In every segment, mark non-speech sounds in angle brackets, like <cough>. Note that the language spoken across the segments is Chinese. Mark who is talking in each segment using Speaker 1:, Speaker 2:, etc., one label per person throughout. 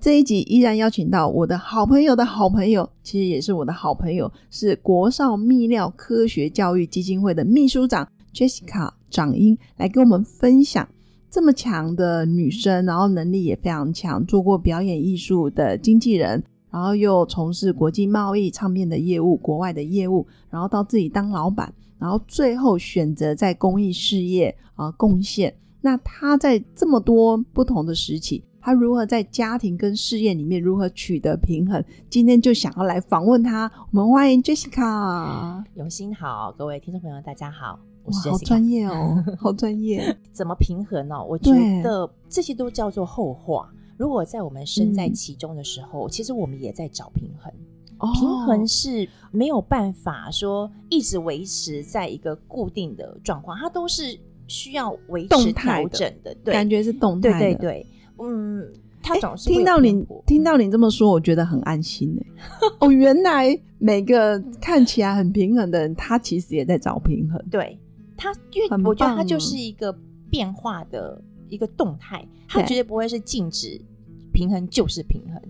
Speaker 1: 这一集依然邀请到我的好朋友的好朋友，其实也是我的好朋友，是国少泌尿科学教育基金会的秘书长 Jessica 掌英来跟我们分享这么强的女生，然后能力也非常强，做过表演艺术的经纪人，然后又从事国际贸易、唱片的业务、国外的业务，然后到自己当老板，然后最后选择在公益事业啊、呃贡献。那她在这么多不同的时期，她如何在家庭跟事业里面如何取得平衡？今天就想要来访问她，我们欢迎 Jessica。
Speaker 2: 永新好，各位听众朋友，大家好，我
Speaker 1: 哇，
Speaker 2: 是
Speaker 1: 好
Speaker 2: Jessica
Speaker 1: 专业哦，好专业。
Speaker 2: 怎么平衡呢、我觉
Speaker 1: 对
Speaker 2: 得这些都叫做后话。如果在我们身在
Speaker 1: 嗯
Speaker 2: 其中的时候，其实我们也在找平衡。
Speaker 1: 哦
Speaker 2: 平衡是没有办法说一直维持在一个固定的状况，它都是需要维持
Speaker 1: 动态的
Speaker 2: 调整的。对，
Speaker 1: 感觉是动态
Speaker 2: 对
Speaker 1: 的。
Speaker 2: 对对，嗯，它
Speaker 1: 诶
Speaker 2: 总是会有
Speaker 1: 听到
Speaker 2: 偏
Speaker 1: 你
Speaker 2: 颇嗯
Speaker 1: 听到你这么说，我觉得很安心
Speaker 2: <laughs>
Speaker 1: 哎。哦，原来每个看起来很平衡的人，他其实也在找平衡。
Speaker 2: 对它，因为
Speaker 1: 很
Speaker 2: 我觉得
Speaker 1: 棒
Speaker 2: 它就
Speaker 1: 哦
Speaker 2: 是一个变化的一个动态，它
Speaker 1: 对
Speaker 2: 绝对不会是静止平衡就是平衡，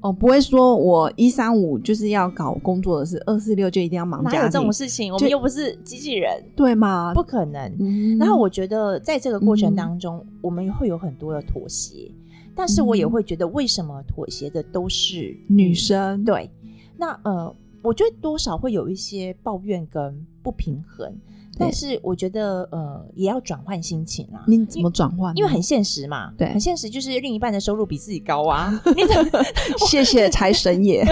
Speaker 1: 哦，不会说我一三五就是要搞工作的事，二四六就一定要忙
Speaker 2: 哪
Speaker 1: 家
Speaker 2: 有
Speaker 1: 庭，
Speaker 2: 这种事情？我
Speaker 1: 就
Speaker 2: 们又不是机器人，
Speaker 1: 对吗？
Speaker 2: 不可能。
Speaker 1: 嗯，
Speaker 2: 然后我觉得在这个过程
Speaker 1: 嗯
Speaker 2: 当中，我们会有很多的妥协，但是我也
Speaker 1: 嗯
Speaker 2: 会觉得为什么妥协的都是
Speaker 1: 女生
Speaker 2: 对，那呃，我觉得多少会有一些抱怨跟不平衡，但
Speaker 1: 对
Speaker 2: 是我觉得呃，也要转换心情啊。
Speaker 1: 你怎么转换呢？
Speaker 2: 因为很现实嘛，
Speaker 1: 对
Speaker 2: 很现实，就是另一半的收入比自己
Speaker 1: <laughs>
Speaker 2: 高啊。你怎么
Speaker 1: 谢谢财神爷，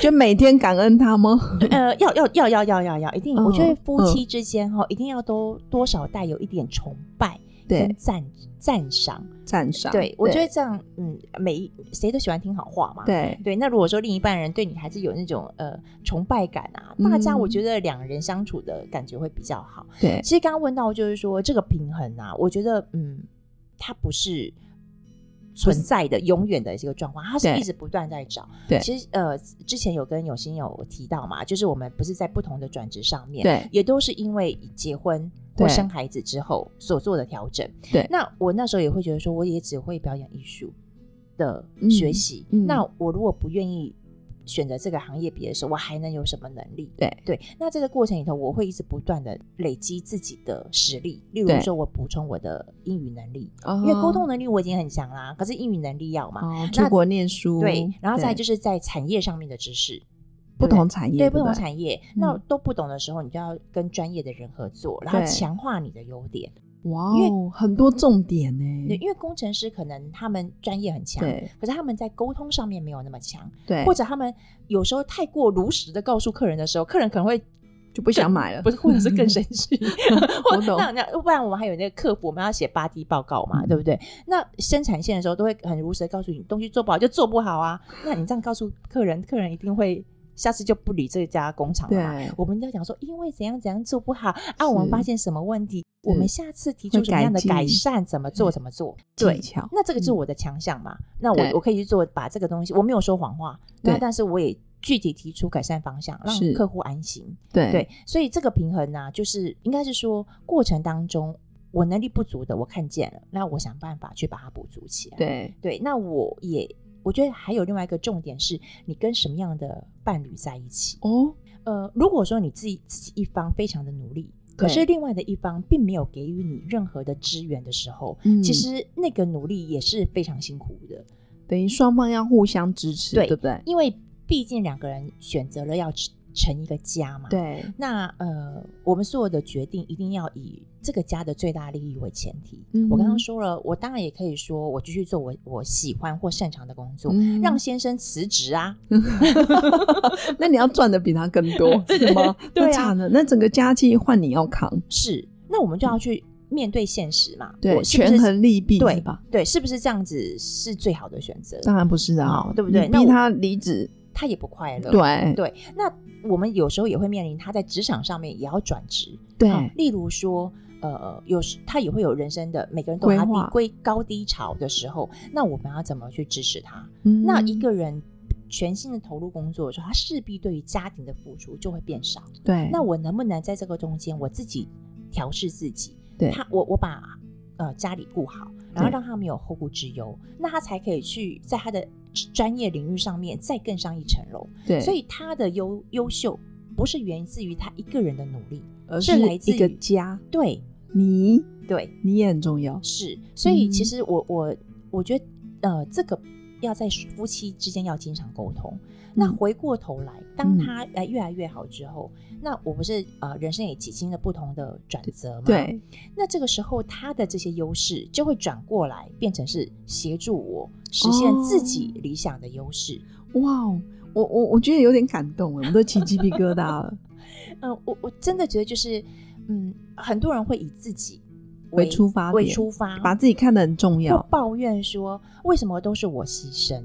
Speaker 1: 就每天感恩他们。
Speaker 2: 呃，要要要要要要要，一定，
Speaker 1: 嗯
Speaker 2: 我觉得夫妻之间哈、一定要都多少带有一点崇拜跟
Speaker 1: 对，
Speaker 2: 赞赞赏。
Speaker 1: 赞赏。
Speaker 2: 对，我觉得这样，嗯，每一谁都喜欢听好话嘛。
Speaker 1: 对
Speaker 2: 对，那如果说另一半人对你还是有那种呃崇拜感啊，
Speaker 1: 嗯
Speaker 2: 大家我觉得两人相处的感觉会比较好。
Speaker 1: 对
Speaker 2: 其实刚刚问到就是说这个平衡啊，我觉得嗯，它不是存在的永远的这个状况，它是
Speaker 1: 对
Speaker 2: 一直不断在找。
Speaker 1: 对
Speaker 2: 其实呃，之前有跟永新有提到嘛，就是我们不是在不同的转职上面，
Speaker 1: 对
Speaker 2: 也都是因为结婚
Speaker 1: 对
Speaker 2: 或生孩子之后所做的调整。
Speaker 1: 对
Speaker 2: 那我那时候也会觉得说，我也只会表演艺术的
Speaker 1: 嗯
Speaker 2: 学习，
Speaker 1: 嗯
Speaker 2: 那我如果不愿意。选择这个行业别的时候，我还能有什么能力？
Speaker 1: 对
Speaker 2: 对，那这个过程里头，我会一直不断的累积自己的实力，例如
Speaker 1: 对
Speaker 2: 说我补充我的英语能力，
Speaker 1: 因
Speaker 2: 因为沟通能力我已经很强啦，可是英语能力要嘛，
Speaker 1: 哦，
Speaker 2: 那
Speaker 1: 出国念书，
Speaker 2: 对，然后再就是是在产业上面的知识，
Speaker 1: 不
Speaker 2: 对对
Speaker 1: 同产业，
Speaker 2: 对
Speaker 1: 不
Speaker 2: 不同
Speaker 1: 对
Speaker 2: 产业，那
Speaker 1: 嗯
Speaker 2: 都不懂的时候，你就要跟专业的人合作，然后
Speaker 1: 对
Speaker 2: 强化你的优点。
Speaker 1: 哇
Speaker 2: 因
Speaker 1: 哦，很多重点
Speaker 2: 对，
Speaker 1: 呢，
Speaker 2: 因为工程师可能他们专业很强，
Speaker 1: 对
Speaker 2: 可是他们在沟通上面没有那么强，
Speaker 1: 对，
Speaker 2: 或者他们有时候太过如实的告诉客人的时候，客人可能会
Speaker 1: 就不想买了，。
Speaker 2: 不是，或者是更生气或
Speaker 1: 我懂
Speaker 2: 那那不然我们还有那个客服，我们要写八 D 报告嘛，对不对？那生产线的时候都会很如实的告诉你，东西做不好就做不好啊。那你这样告诉客人，客人一定会。下次就不理这家工厂了嘛
Speaker 1: 对。
Speaker 2: 我们要讲说，因为怎样怎样做不好啊，
Speaker 1: 是
Speaker 2: 我们发现什么问题，我们下次提出
Speaker 1: 会
Speaker 2: 什么样的
Speaker 1: 改进
Speaker 2: 改善，怎么做怎么做。
Speaker 1: 技
Speaker 2: 对，
Speaker 1: 巧，
Speaker 2: 那这个就是我的强项嘛。那
Speaker 1: 对
Speaker 2: 我我可以去做，把这个东西，我没有说谎话，
Speaker 1: 对
Speaker 2: 那但是我也具体提出改善方向，让
Speaker 1: 是
Speaker 2: 客户安心。
Speaker 1: 对
Speaker 2: 对，所以这个平衡呢、啊就是应该是说过程当中，我能力不足的我看见了，那我想办法去把它补足起来。
Speaker 1: 对
Speaker 2: 对，那我也我觉得还有另外一个重点是，你跟什么样的伴侣在一起？
Speaker 1: 哦，
Speaker 2: 呃，如果说你自己自己一方非常的努力，可
Speaker 1: 对
Speaker 2: 是另外的一方并没有给予你任何的支援的时候，
Speaker 1: 嗯
Speaker 2: 其实那个努力也是非常辛苦的，
Speaker 1: 等于双方要互相支持，
Speaker 2: 对
Speaker 1: 对不对？
Speaker 2: 因为毕竟两个人选择了要成成一个家嘛。
Speaker 1: 对，
Speaker 2: 那呃，我们所有的决定一定要以这个家的最大利益为前提。
Speaker 1: 嗯
Speaker 2: 我刚刚说了，我当然也可以说我继续做我我喜欢或擅长的工作，
Speaker 1: 嗯
Speaker 2: 让先生辞职啊。
Speaker 1: <laughs> 那你要赚的比他更多，是吗？
Speaker 2: <laughs>
Speaker 1: 那
Speaker 2: 对啊
Speaker 1: 惨了，那整个家计换你要扛，
Speaker 2: 是，那我们就要去面对现实嘛。
Speaker 1: 对，
Speaker 2: 我是不是
Speaker 1: 权衡利弊，
Speaker 2: 对
Speaker 1: 是吧？
Speaker 2: 对，是不是这样子是最好的选择？
Speaker 1: 当然不是啊
Speaker 2: 哦好，对不对
Speaker 1: 你
Speaker 2: 那
Speaker 1: 逼
Speaker 2: 我
Speaker 1: 他离职，
Speaker 2: 他也不快乐。
Speaker 1: 对
Speaker 2: 对，那我们有时候也会面临他在职场上面也要转职，
Speaker 1: 对
Speaker 2: 啊例如说。呃，有时他也会有人生的，每个人都有他
Speaker 1: 规
Speaker 2: 低
Speaker 1: 划
Speaker 2: 归高低潮的时候，那我们要怎么去支持他？
Speaker 1: 嗯
Speaker 2: 那一个人全心的投入工作的时候，他势必对于家庭的付出就会变少。
Speaker 1: 对，
Speaker 2: 那我能不能在这个中间，我自己调试自己？
Speaker 1: 对
Speaker 2: 他，我我把呃家里顾好，然后
Speaker 1: 对
Speaker 2: 让他没有后顾之忧，那他才可以去在他的专业领域上面再更上一层楼。
Speaker 1: 对，
Speaker 2: 所以他的优优秀不是源自于他一个人的努力，
Speaker 1: 而
Speaker 2: 是
Speaker 1: 是
Speaker 2: 来自
Speaker 1: 一个
Speaker 2: 于
Speaker 1: 家，
Speaker 2: 对
Speaker 1: 你
Speaker 2: 对
Speaker 1: 你也很重要，
Speaker 2: 是。所以
Speaker 1: 嗯
Speaker 2: 其实我我我觉得呃这个。要在夫妻之间要经常沟通。那
Speaker 1: 嗯
Speaker 2: 回过头来，
Speaker 1: 嗯
Speaker 2: 当他呃越来越好之后，那我不是呃人生也几经了不同的转折吗？
Speaker 1: 对
Speaker 2: 那这个时候，他的这些优势就会转过来，变成是协助我实现
Speaker 1: 哦
Speaker 2: 自己理想的优势。
Speaker 1: 哇哦，我我我觉得有点感动哎，我都起鸡皮疙瘩了，
Speaker 2: 嗯、我我真的觉得就是，嗯，很多人会以自己
Speaker 1: 为出发
Speaker 2: 为
Speaker 1: 点
Speaker 2: 出发，
Speaker 1: 把自己看得很重
Speaker 2: 或
Speaker 1: 要，
Speaker 2: 抱怨说为什么都是我牺
Speaker 1: <laughs>
Speaker 2: 牲？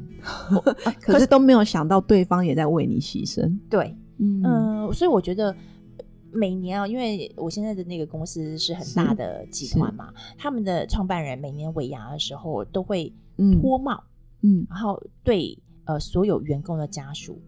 Speaker 2: 我啊
Speaker 1: 可是都没有想到对方也在为你牺牲，
Speaker 2: 对，
Speaker 1: 嗯
Speaker 2: 嗯，所以我觉得呃每年啊，因为我现在的那个公司是很
Speaker 1: 是
Speaker 2: 大的集
Speaker 1: 是
Speaker 2: 团嘛，他们的创办人每年尾牙的时候都会
Speaker 1: 嗯
Speaker 2: 脱帽，
Speaker 1: 嗯
Speaker 2: 然后对呃所有员工的家属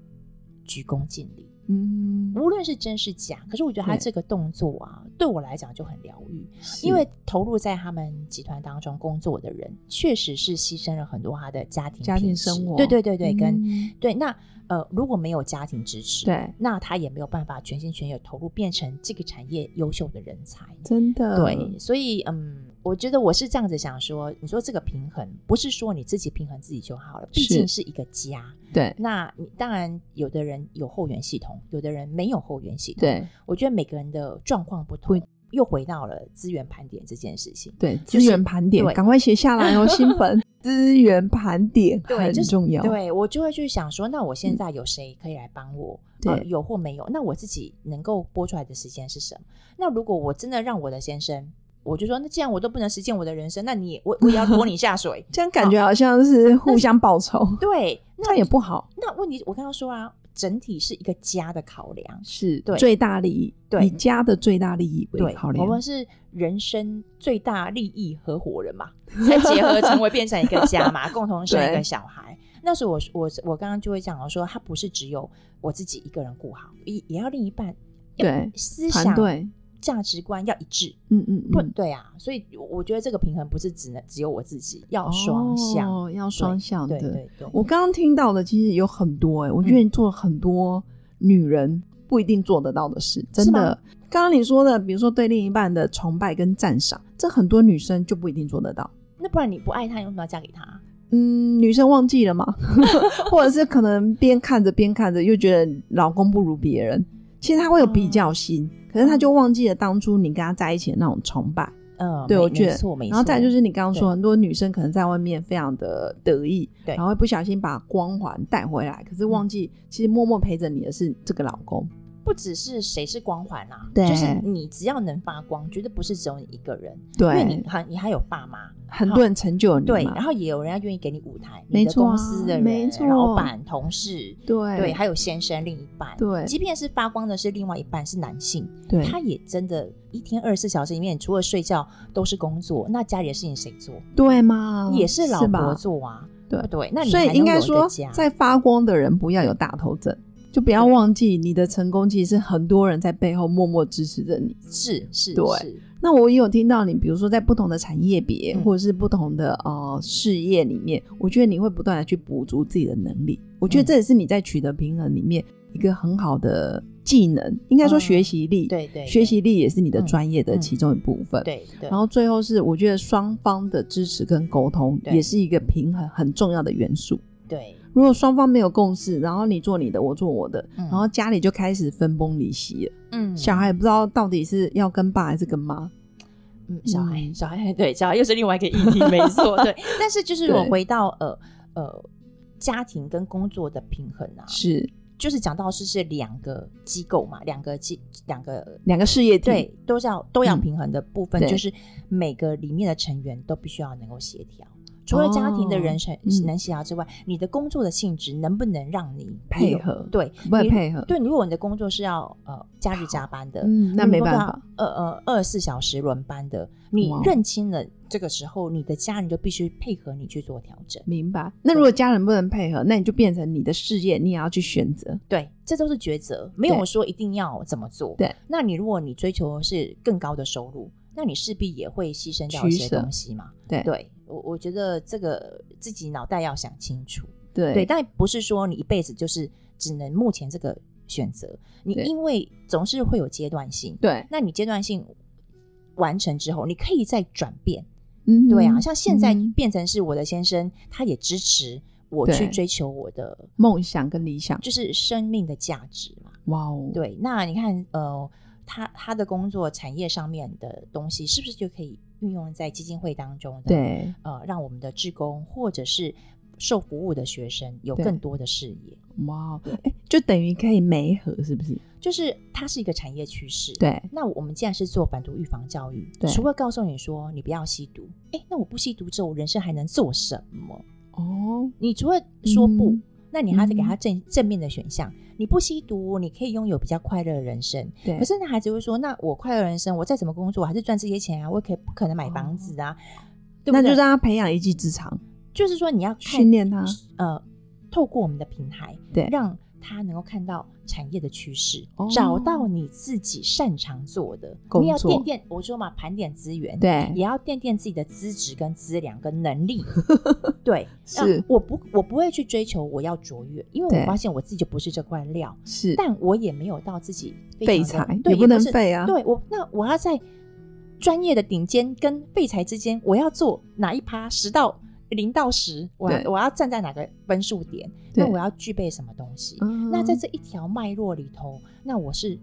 Speaker 2: 鞠躬尽礼，
Speaker 1: 嗯，
Speaker 2: 无论是真是假。可是我觉得他
Speaker 1: 对
Speaker 2: 这个动作啊，对我来讲就很疗愈，因
Speaker 1: 是
Speaker 2: 为投入在他们集团当中工作的人，确实是牺牲了很多他的家庭
Speaker 1: 家庭
Speaker 2: 品质
Speaker 1: 生活
Speaker 2: 对对对对，跟
Speaker 1: 嗯
Speaker 2: 对那呃如果没有家庭支持，
Speaker 1: 对，
Speaker 2: 那他也没有办法全心全意地投入，变成这个产业优秀的人才。
Speaker 1: 真的
Speaker 2: 对，所以嗯，我觉得我是这样子想说，你说这个平衡，不是说你自己平衡自己就好了，毕
Speaker 1: 是
Speaker 2: 竟是一个家。
Speaker 1: 对
Speaker 2: 那你当然，有的人有后援系统，有的人没有后援系统。，
Speaker 1: 对
Speaker 2: 我觉得每个人的状况不同，又回到了资源盘点这件事情。
Speaker 1: 对，资
Speaker 2: 就是
Speaker 1: 源盘点
Speaker 2: 对，
Speaker 1: 赶快写下来哦，新
Speaker 2: <laughs>
Speaker 1: 粉资源盘点
Speaker 2: 对
Speaker 1: 很
Speaker 2: 就是
Speaker 1: 重要，
Speaker 2: 对我就会去想说，那我现在有谁可以来帮我？
Speaker 1: 嗯对
Speaker 2: 呃有或没有？那我自己能够播出来的时间是什么？那如果我真的让我的先生，我就说，那既然我都不能实现我的人生，那你也我我也要拖你下水
Speaker 1: <laughs> 。这样感觉好像是互相报仇，
Speaker 2: 对，那
Speaker 1: 那也不好，
Speaker 2: 那问题，我刚刚说啊，整体是一个家的考量。
Speaker 1: 是
Speaker 2: 对
Speaker 1: 最大利益，
Speaker 2: 对
Speaker 1: 以家的最大利益为
Speaker 2: 对
Speaker 1: 考，
Speaker 2: 我
Speaker 1: 量，
Speaker 2: 们是人生最大利益合伙人嘛，才结合成为变成一个
Speaker 1: <laughs>
Speaker 2: 家嘛，共同生一个
Speaker 1: 对
Speaker 2: 小孩。那时候我我我刚刚就会讲，我说他不是只有我自己一个人顾好，也也要另一半
Speaker 1: 对
Speaker 2: 思
Speaker 1: 团
Speaker 2: 想、
Speaker 1: 队，
Speaker 2: 价值观要一致，
Speaker 1: 嗯嗯
Speaker 2: 不、
Speaker 1: 嗯，
Speaker 2: 对啊。所以我我觉得这个平衡不是只能只有我自己，要双向。
Speaker 1: 哦要双向
Speaker 2: 对嗯
Speaker 1: 的。
Speaker 2: 对对，
Speaker 1: 我刚刚听到的其实有很多哎，我觉得你做了很多女人不一定做得到的事，真的。刚刚你说的，比如说对另一半的崇拜跟赞赏，这很多女生就不一定做得到。
Speaker 2: 那不然你不爱他，你为什么要嫁给他？
Speaker 1: 嗯，女生忘记
Speaker 2: <laughs>
Speaker 1: 了吗？ <laughs> 或者是可能边看着边看着又觉得老公不如别人，其实她会有比较心，可是她就忘记了当初你跟他在一起的那种崇拜。
Speaker 2: 嗯，
Speaker 1: 对，
Speaker 2: 没
Speaker 1: 我觉得
Speaker 2: 没错没错。
Speaker 1: 然后再就是你刚刚
Speaker 2: 对
Speaker 1: 说，很多女生可能在外面非常的得意，
Speaker 2: 对嗯
Speaker 1: 然后会不小心把光环带回来，可是忘记、其实默默陪着你的是这个老公。
Speaker 2: 不只是谁是光环啦、
Speaker 1: 对
Speaker 2: 就是你只要能发光，绝对不是只有你一个人，因为
Speaker 1: 对
Speaker 2: 你，还你还有爸妈，
Speaker 1: 很多人成就你
Speaker 2: 对，
Speaker 1: 嘛
Speaker 2: 然后也有人要愿意给你舞台，
Speaker 1: 没
Speaker 2: 你的
Speaker 1: 错啊
Speaker 2: 公司的
Speaker 1: 没
Speaker 2: 人、
Speaker 1: 错
Speaker 2: 老板、同事，
Speaker 1: 对
Speaker 2: 对，还有先生、另一半，
Speaker 1: 对
Speaker 2: 即便是发光的是另外一半是男性，
Speaker 1: 对
Speaker 2: 他也真的，一天二十四小时里面，除了睡觉都是工作，那家里的事情谁做？
Speaker 1: 对嘛，
Speaker 2: 也是老
Speaker 1: 嗯吧
Speaker 2: 婆做啊，
Speaker 1: 对
Speaker 2: 不对？那你
Speaker 1: 所以
Speaker 2: 还
Speaker 1: 应
Speaker 2: 能
Speaker 1: 该
Speaker 2: 有一个
Speaker 1: 说
Speaker 2: 家，
Speaker 1: 在发光的人不要有大头症，就不要
Speaker 2: 对
Speaker 1: 忘记你的成功其实是很多人在背后默默支持着你。
Speaker 2: 是是
Speaker 1: 对
Speaker 2: 是，
Speaker 1: 那我也有听到你，比如说在不同的产业别、
Speaker 2: 嗯
Speaker 1: 或者是不同的呃事业里面，我觉得你会不断的去补足自己的能力。我觉得
Speaker 2: 嗯
Speaker 1: 这也是你在取得平衡里面一个很好的技能，应该说
Speaker 2: 嗯
Speaker 1: 学习力。
Speaker 2: 对对，
Speaker 1: 学习力也是你的专业的
Speaker 2: 嗯
Speaker 1: 其中一部分。
Speaker 2: 对对，
Speaker 1: 然后最后是，我觉得双方的支持跟沟通
Speaker 2: 对
Speaker 1: 也是一个平衡很重要的元素。
Speaker 2: 对
Speaker 1: 如果双方没有共识，然后你做你的，我做我的，
Speaker 2: 嗯
Speaker 1: 然后家里就开始分崩离析了。
Speaker 2: 嗯
Speaker 1: 小孩也不知道到底是要跟爸还是跟妈。
Speaker 2: 嗯小孩
Speaker 1: 嗯
Speaker 2: 小孩对小孩又是另外一个议题，没错对。 <laughs> 但是就是我
Speaker 1: 对
Speaker 2: 回到呃呃家庭跟工作的平衡啊，
Speaker 1: 是
Speaker 2: 就是讲到是是两个机构嘛，两个机两个
Speaker 1: 两个事业体。
Speaker 2: 对，都是要都要
Speaker 1: 嗯
Speaker 2: 平衡的部分，
Speaker 1: 对
Speaker 2: 就是每个里面的成员都必须要能够协调。除了家庭的人生
Speaker 1: 嗯
Speaker 2: 能协调之外，你的工作的性质能不能让你
Speaker 1: 配
Speaker 2: 有
Speaker 1: 合
Speaker 2: 对，
Speaker 1: 不会
Speaker 2: 你
Speaker 1: 配合
Speaker 2: 对，如果你的工作是要呃假日加班的，
Speaker 1: 嗯，那没办
Speaker 2: 你如
Speaker 1: 法
Speaker 2: 果，要，呃呃，二十四小时轮班的，你
Speaker 1: 哇哦
Speaker 2: 认清了这个时候，你的家人就必须配合你去做调整。
Speaker 1: 明白。那如果家人不能配合，那你就变成你的事业，你也要去选择。
Speaker 2: 对，这都是抉择，没有说一定要怎么做。
Speaker 1: 对，
Speaker 2: 那你如果你追求的是更高的收入，那你势必也会牺牲掉
Speaker 1: 取
Speaker 2: 一些
Speaker 1: 舍
Speaker 2: 东西嘛。
Speaker 1: 对
Speaker 2: 对我我觉得这个自己脑袋要想清楚。
Speaker 1: 对
Speaker 2: 对，但不是说你一辈子就是只能目前这个选择，你
Speaker 1: 对
Speaker 2: 因为总是会有阶段性。
Speaker 1: 对，
Speaker 2: 那你阶段性完成之后，你可以再转变。
Speaker 1: 嗯
Speaker 2: 对啊，像现在
Speaker 1: 嗯
Speaker 2: 变成是我的先生，他也支持我去
Speaker 1: 对
Speaker 2: 追求我的
Speaker 1: 梦想跟理想，
Speaker 2: 就是生命的价值嘛。
Speaker 1: 哇哦，
Speaker 2: 对，那你看，呃，他他的工作产业上面的东西，是不是就可以运用在基金会当中的？，
Speaker 1: 对，
Speaker 2: 呃，让我们的志工或者是受服务的学生有
Speaker 1: 对
Speaker 2: 更多的视野。
Speaker 1: 哇哦，哎，就等于可以媒合，是不是？
Speaker 2: 就是它是一个产业趋势。，
Speaker 1: 对，
Speaker 2: 那我们既然是做反毒预防教育
Speaker 1: 对，
Speaker 2: 除了告诉你说你不要吸毒，哎，那我不吸毒之后，我人生还能做什么？
Speaker 1: 哦，
Speaker 2: 你除了说不，
Speaker 1: 嗯
Speaker 2: 那你还得给
Speaker 1: 嗯
Speaker 2: 他正、正面的选项。你不吸毒，你可以拥有比较快乐的人生。
Speaker 1: 对
Speaker 2: 可，是那孩子会说：“那我快乐人生，我再怎么工作，我还是赚这些钱啊，我也可以不可能买房子啊？”对不
Speaker 1: 哦那就
Speaker 2: 对？
Speaker 1: 让他培养一技之长，
Speaker 2: 就是说你要看
Speaker 1: 训练他，
Speaker 2: 呃，透过我们的平台，
Speaker 1: 对
Speaker 2: 让他能够看到产业的趋势，
Speaker 1: 哦
Speaker 2: 找到你自己擅长做的
Speaker 1: 工
Speaker 2: 你要
Speaker 1: 作
Speaker 2: 垫垫，我说嘛，盘点资源，
Speaker 1: 对
Speaker 2: 也要垫垫自己的资质、跟资粮、跟
Speaker 1: <laughs>
Speaker 2: 能力。对，那
Speaker 1: 是
Speaker 2: 我不我不会去追求我要卓越，因为
Speaker 1: 对
Speaker 2: 我发现我自己就不是这块料，
Speaker 1: 是，
Speaker 2: 但我也没有到自己
Speaker 1: 废
Speaker 2: 非常的
Speaker 1: 材
Speaker 2: 对，
Speaker 1: 也不能
Speaker 2: 是
Speaker 1: 废啊
Speaker 2: 对我，那我要在专业的顶尖跟废材之间，我要做哪一趴？十到零到十，我要
Speaker 1: 对
Speaker 2: 我要站在哪个分数点？
Speaker 1: 对
Speaker 2: 那我要具备什么东西？
Speaker 1: 嗯
Speaker 2: 那在这一条脉络里头，那我是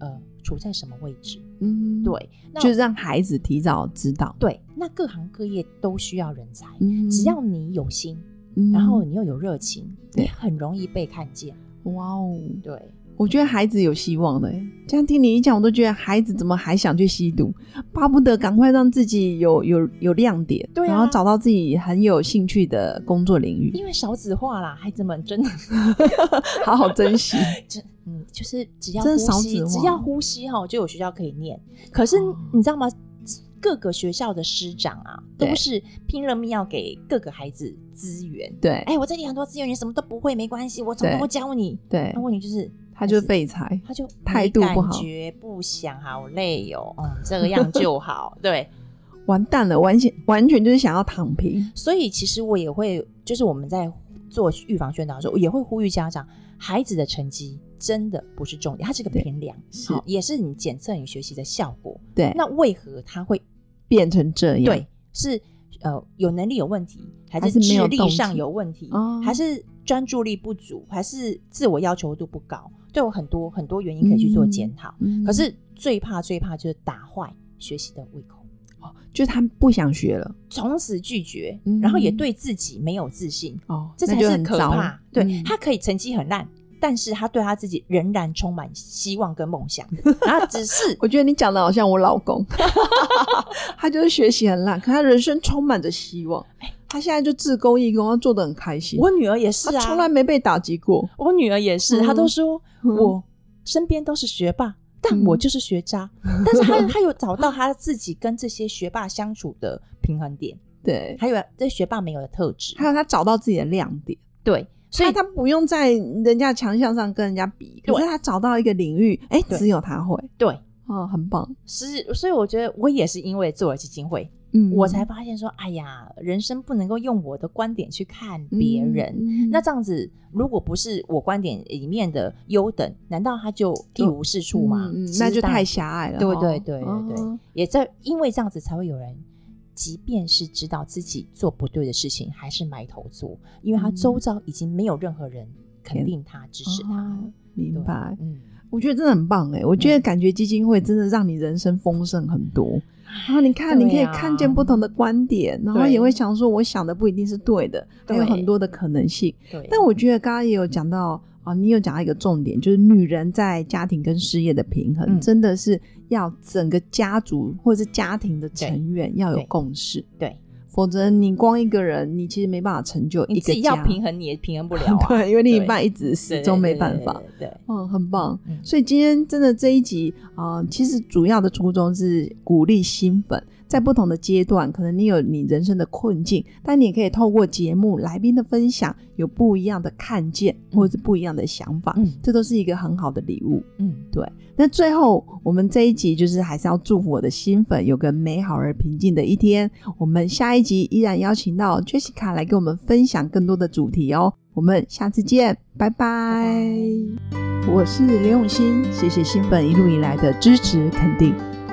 Speaker 2: 呃处在什么位置？
Speaker 1: 嗯，
Speaker 2: 对，那
Speaker 1: 就是让孩子提早知道，
Speaker 2: 对，那各行各业都需要人才，
Speaker 1: 嗯
Speaker 2: 只要你有心，
Speaker 1: 嗯
Speaker 2: 然后你又有热情，
Speaker 1: 对
Speaker 2: 你很容易被看见。
Speaker 1: 哇哦，
Speaker 2: 对，
Speaker 1: 我觉得孩子有希望的欸。这样听你一讲，我都觉得孩子怎么还想去吸毒？巴不得赶快让自己有有有亮点，
Speaker 2: 对啊
Speaker 1: 然后找到自己很有兴趣的工作领域，
Speaker 2: 因为少子化啦，孩子们真的
Speaker 1: <laughs> 好好珍
Speaker 2: <laughs>
Speaker 1: 惜。
Speaker 2: 这嗯，就是只要
Speaker 1: 真
Speaker 2: 呼
Speaker 1: 的少
Speaker 2: 吸，
Speaker 1: 子
Speaker 2: 只
Speaker 1: 化
Speaker 2: 要呼吸哈，就有学校可以念。可是
Speaker 1: 哦
Speaker 2: 你知道吗？各个学校的师长啊，
Speaker 1: 对
Speaker 2: 都是拼了命要给各个孩子资源。
Speaker 1: 对
Speaker 2: 哎，我这里很多资源，你什么都不会没关系，我什么
Speaker 1: 对
Speaker 2: 都教你。
Speaker 1: 对
Speaker 2: 那，问题就是，
Speaker 1: 他就是废材，
Speaker 2: 他就
Speaker 1: 态
Speaker 2: 没
Speaker 1: 度不好
Speaker 2: 感觉不想，好累哦，嗯，这样就
Speaker 1: <laughs>
Speaker 2: 好。对，
Speaker 1: 完蛋了，完全完全就是想要躺平。
Speaker 2: 所以其实我也会，就是我们在做预防宣导的时候，我也会呼吁家长，孩子的成绩真的不是重点，它是个
Speaker 1: 对
Speaker 2: 评量，
Speaker 1: 是
Speaker 2: 好也是你检测你学习的效果。
Speaker 1: 对，
Speaker 2: 那为何他会
Speaker 1: 变成这样，
Speaker 2: 对是呃有能力有问题，还
Speaker 1: 还
Speaker 2: 是
Speaker 1: 是没
Speaker 2: 智
Speaker 1: 有
Speaker 2: 力
Speaker 1: 动机
Speaker 2: 上有问题，
Speaker 1: 哦
Speaker 2: 还是专注力不足，还是自我要求度不高？都有很多很多原因可以去做检讨。
Speaker 1: 嗯，
Speaker 2: 可是最怕最怕就是打坏学习的胃口。
Speaker 1: 就是他不想学了，
Speaker 2: 从此拒绝，
Speaker 1: 嗯
Speaker 2: 然后也对自己没有自信，
Speaker 1: 哦，
Speaker 2: 这才
Speaker 1: 那就是很
Speaker 2: 可
Speaker 1: 糟
Speaker 2: 怕。对、
Speaker 1: 嗯
Speaker 2: 他可以成绩很烂，但是他对他自己仍然充满希望跟梦想，然后只是
Speaker 1: <laughs> 我觉得你讲的好像我老
Speaker 2: <laughs>
Speaker 1: 公，他就是学习很烂，可他人生充满着希望。他现在就自工义工，他做的很开心。
Speaker 2: 我女儿也是
Speaker 1: 他
Speaker 2: 啊，
Speaker 1: 从来没被打击过。
Speaker 2: 我女儿也是，
Speaker 1: 嗯
Speaker 2: 她都说、
Speaker 1: 嗯
Speaker 2: 我身边都是学霸。但
Speaker 1: 嗯
Speaker 2: 我就是学渣，但
Speaker 1: <laughs>
Speaker 2: 是她她有找到她自己跟这些学霸相处的平衡点，
Speaker 1: 对，
Speaker 2: 还有这学霸没有的特质。
Speaker 1: 还有他找到自己的亮点，
Speaker 2: 对，所
Speaker 1: 所
Speaker 2: 以
Speaker 1: 以他不用在人家强项上跟人家比，可是
Speaker 2: 对
Speaker 1: 他找到一个领域，哎，
Speaker 2: 对
Speaker 1: 只有他会，
Speaker 2: 对
Speaker 1: 哦，很棒。
Speaker 2: 是，所以我觉得我也是因为做了基金会，
Speaker 1: 嗯
Speaker 2: 我才发现说，哎呀，人生不能够用我的观点去看别
Speaker 1: 嗯
Speaker 2: 人。那这样子，如果不是我观点里面的优等，难道他就一无是处吗？
Speaker 1: 嗯嗯
Speaker 2: 其实
Speaker 1: 那就
Speaker 2: 当然
Speaker 1: 太狭隘了。
Speaker 2: 对
Speaker 1: 哦
Speaker 2: 对对对对，
Speaker 1: 哦
Speaker 2: 也在因为这样子才会有人，即便是知道自己做不对的事情，还是埋头做，因
Speaker 1: 嗯
Speaker 2: 为他周遭已经没有任何人肯定他、支持他了。
Speaker 1: 哦明白。
Speaker 2: 嗯，
Speaker 1: 我觉得真的很棒哎，我觉得感觉基金会真的让你人生丰盛很多。然后你看，
Speaker 2: 对
Speaker 1: 你可以
Speaker 2: 啊
Speaker 1: 看见不同的观点，然后也
Speaker 2: 对
Speaker 1: 会想说，我想的不一定是对的，还有
Speaker 2: 对
Speaker 1: 很多的可能性。
Speaker 2: 对。
Speaker 1: 但我觉得刚刚也有讲到啊，你有讲到一个重点，就是女人在家庭跟事业的平衡，
Speaker 2: 嗯
Speaker 1: 真的是要整个家族或是家庭的成员要有
Speaker 2: 对
Speaker 1: 共识。
Speaker 2: 对
Speaker 1: 否则你光一个人，你其实没办法成就一
Speaker 2: 你
Speaker 1: 个
Speaker 2: 自己要
Speaker 1: 家
Speaker 2: 平衡，你也平衡不了啊，对
Speaker 1: <laughs> 对，因为另一半一直始
Speaker 2: 对
Speaker 1: 终没
Speaker 2: 对
Speaker 1: 办
Speaker 2: 对
Speaker 1: 法。
Speaker 2: 对，对
Speaker 1: 嗯，很棒。
Speaker 2: 嗯
Speaker 1: 所以今天真的这一集啊、呃其实主要的初衷是鼓励新粉，在不同的阶段，可能你有你人生的困境，但你也可以透过节目来宾的分享，有不一样的看见，或者是不一样的想法，
Speaker 2: 嗯
Speaker 1: 这都是一个很好的礼物。
Speaker 2: 嗯，
Speaker 1: 那最后，我们这一集就是还是要祝福我的新粉有个美好而平静的一天。我们下一集依然邀请到 Jessica 来给我们分享更多的主题哦。我们下次见，拜拜。我是刘永新，谢谢新粉一路以来的支持肯定。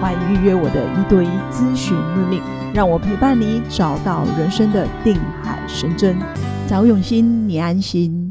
Speaker 1: 欢迎预约我的一对一咨询论命，让我陪伴你找到人生的定海神针。找永新，你安心。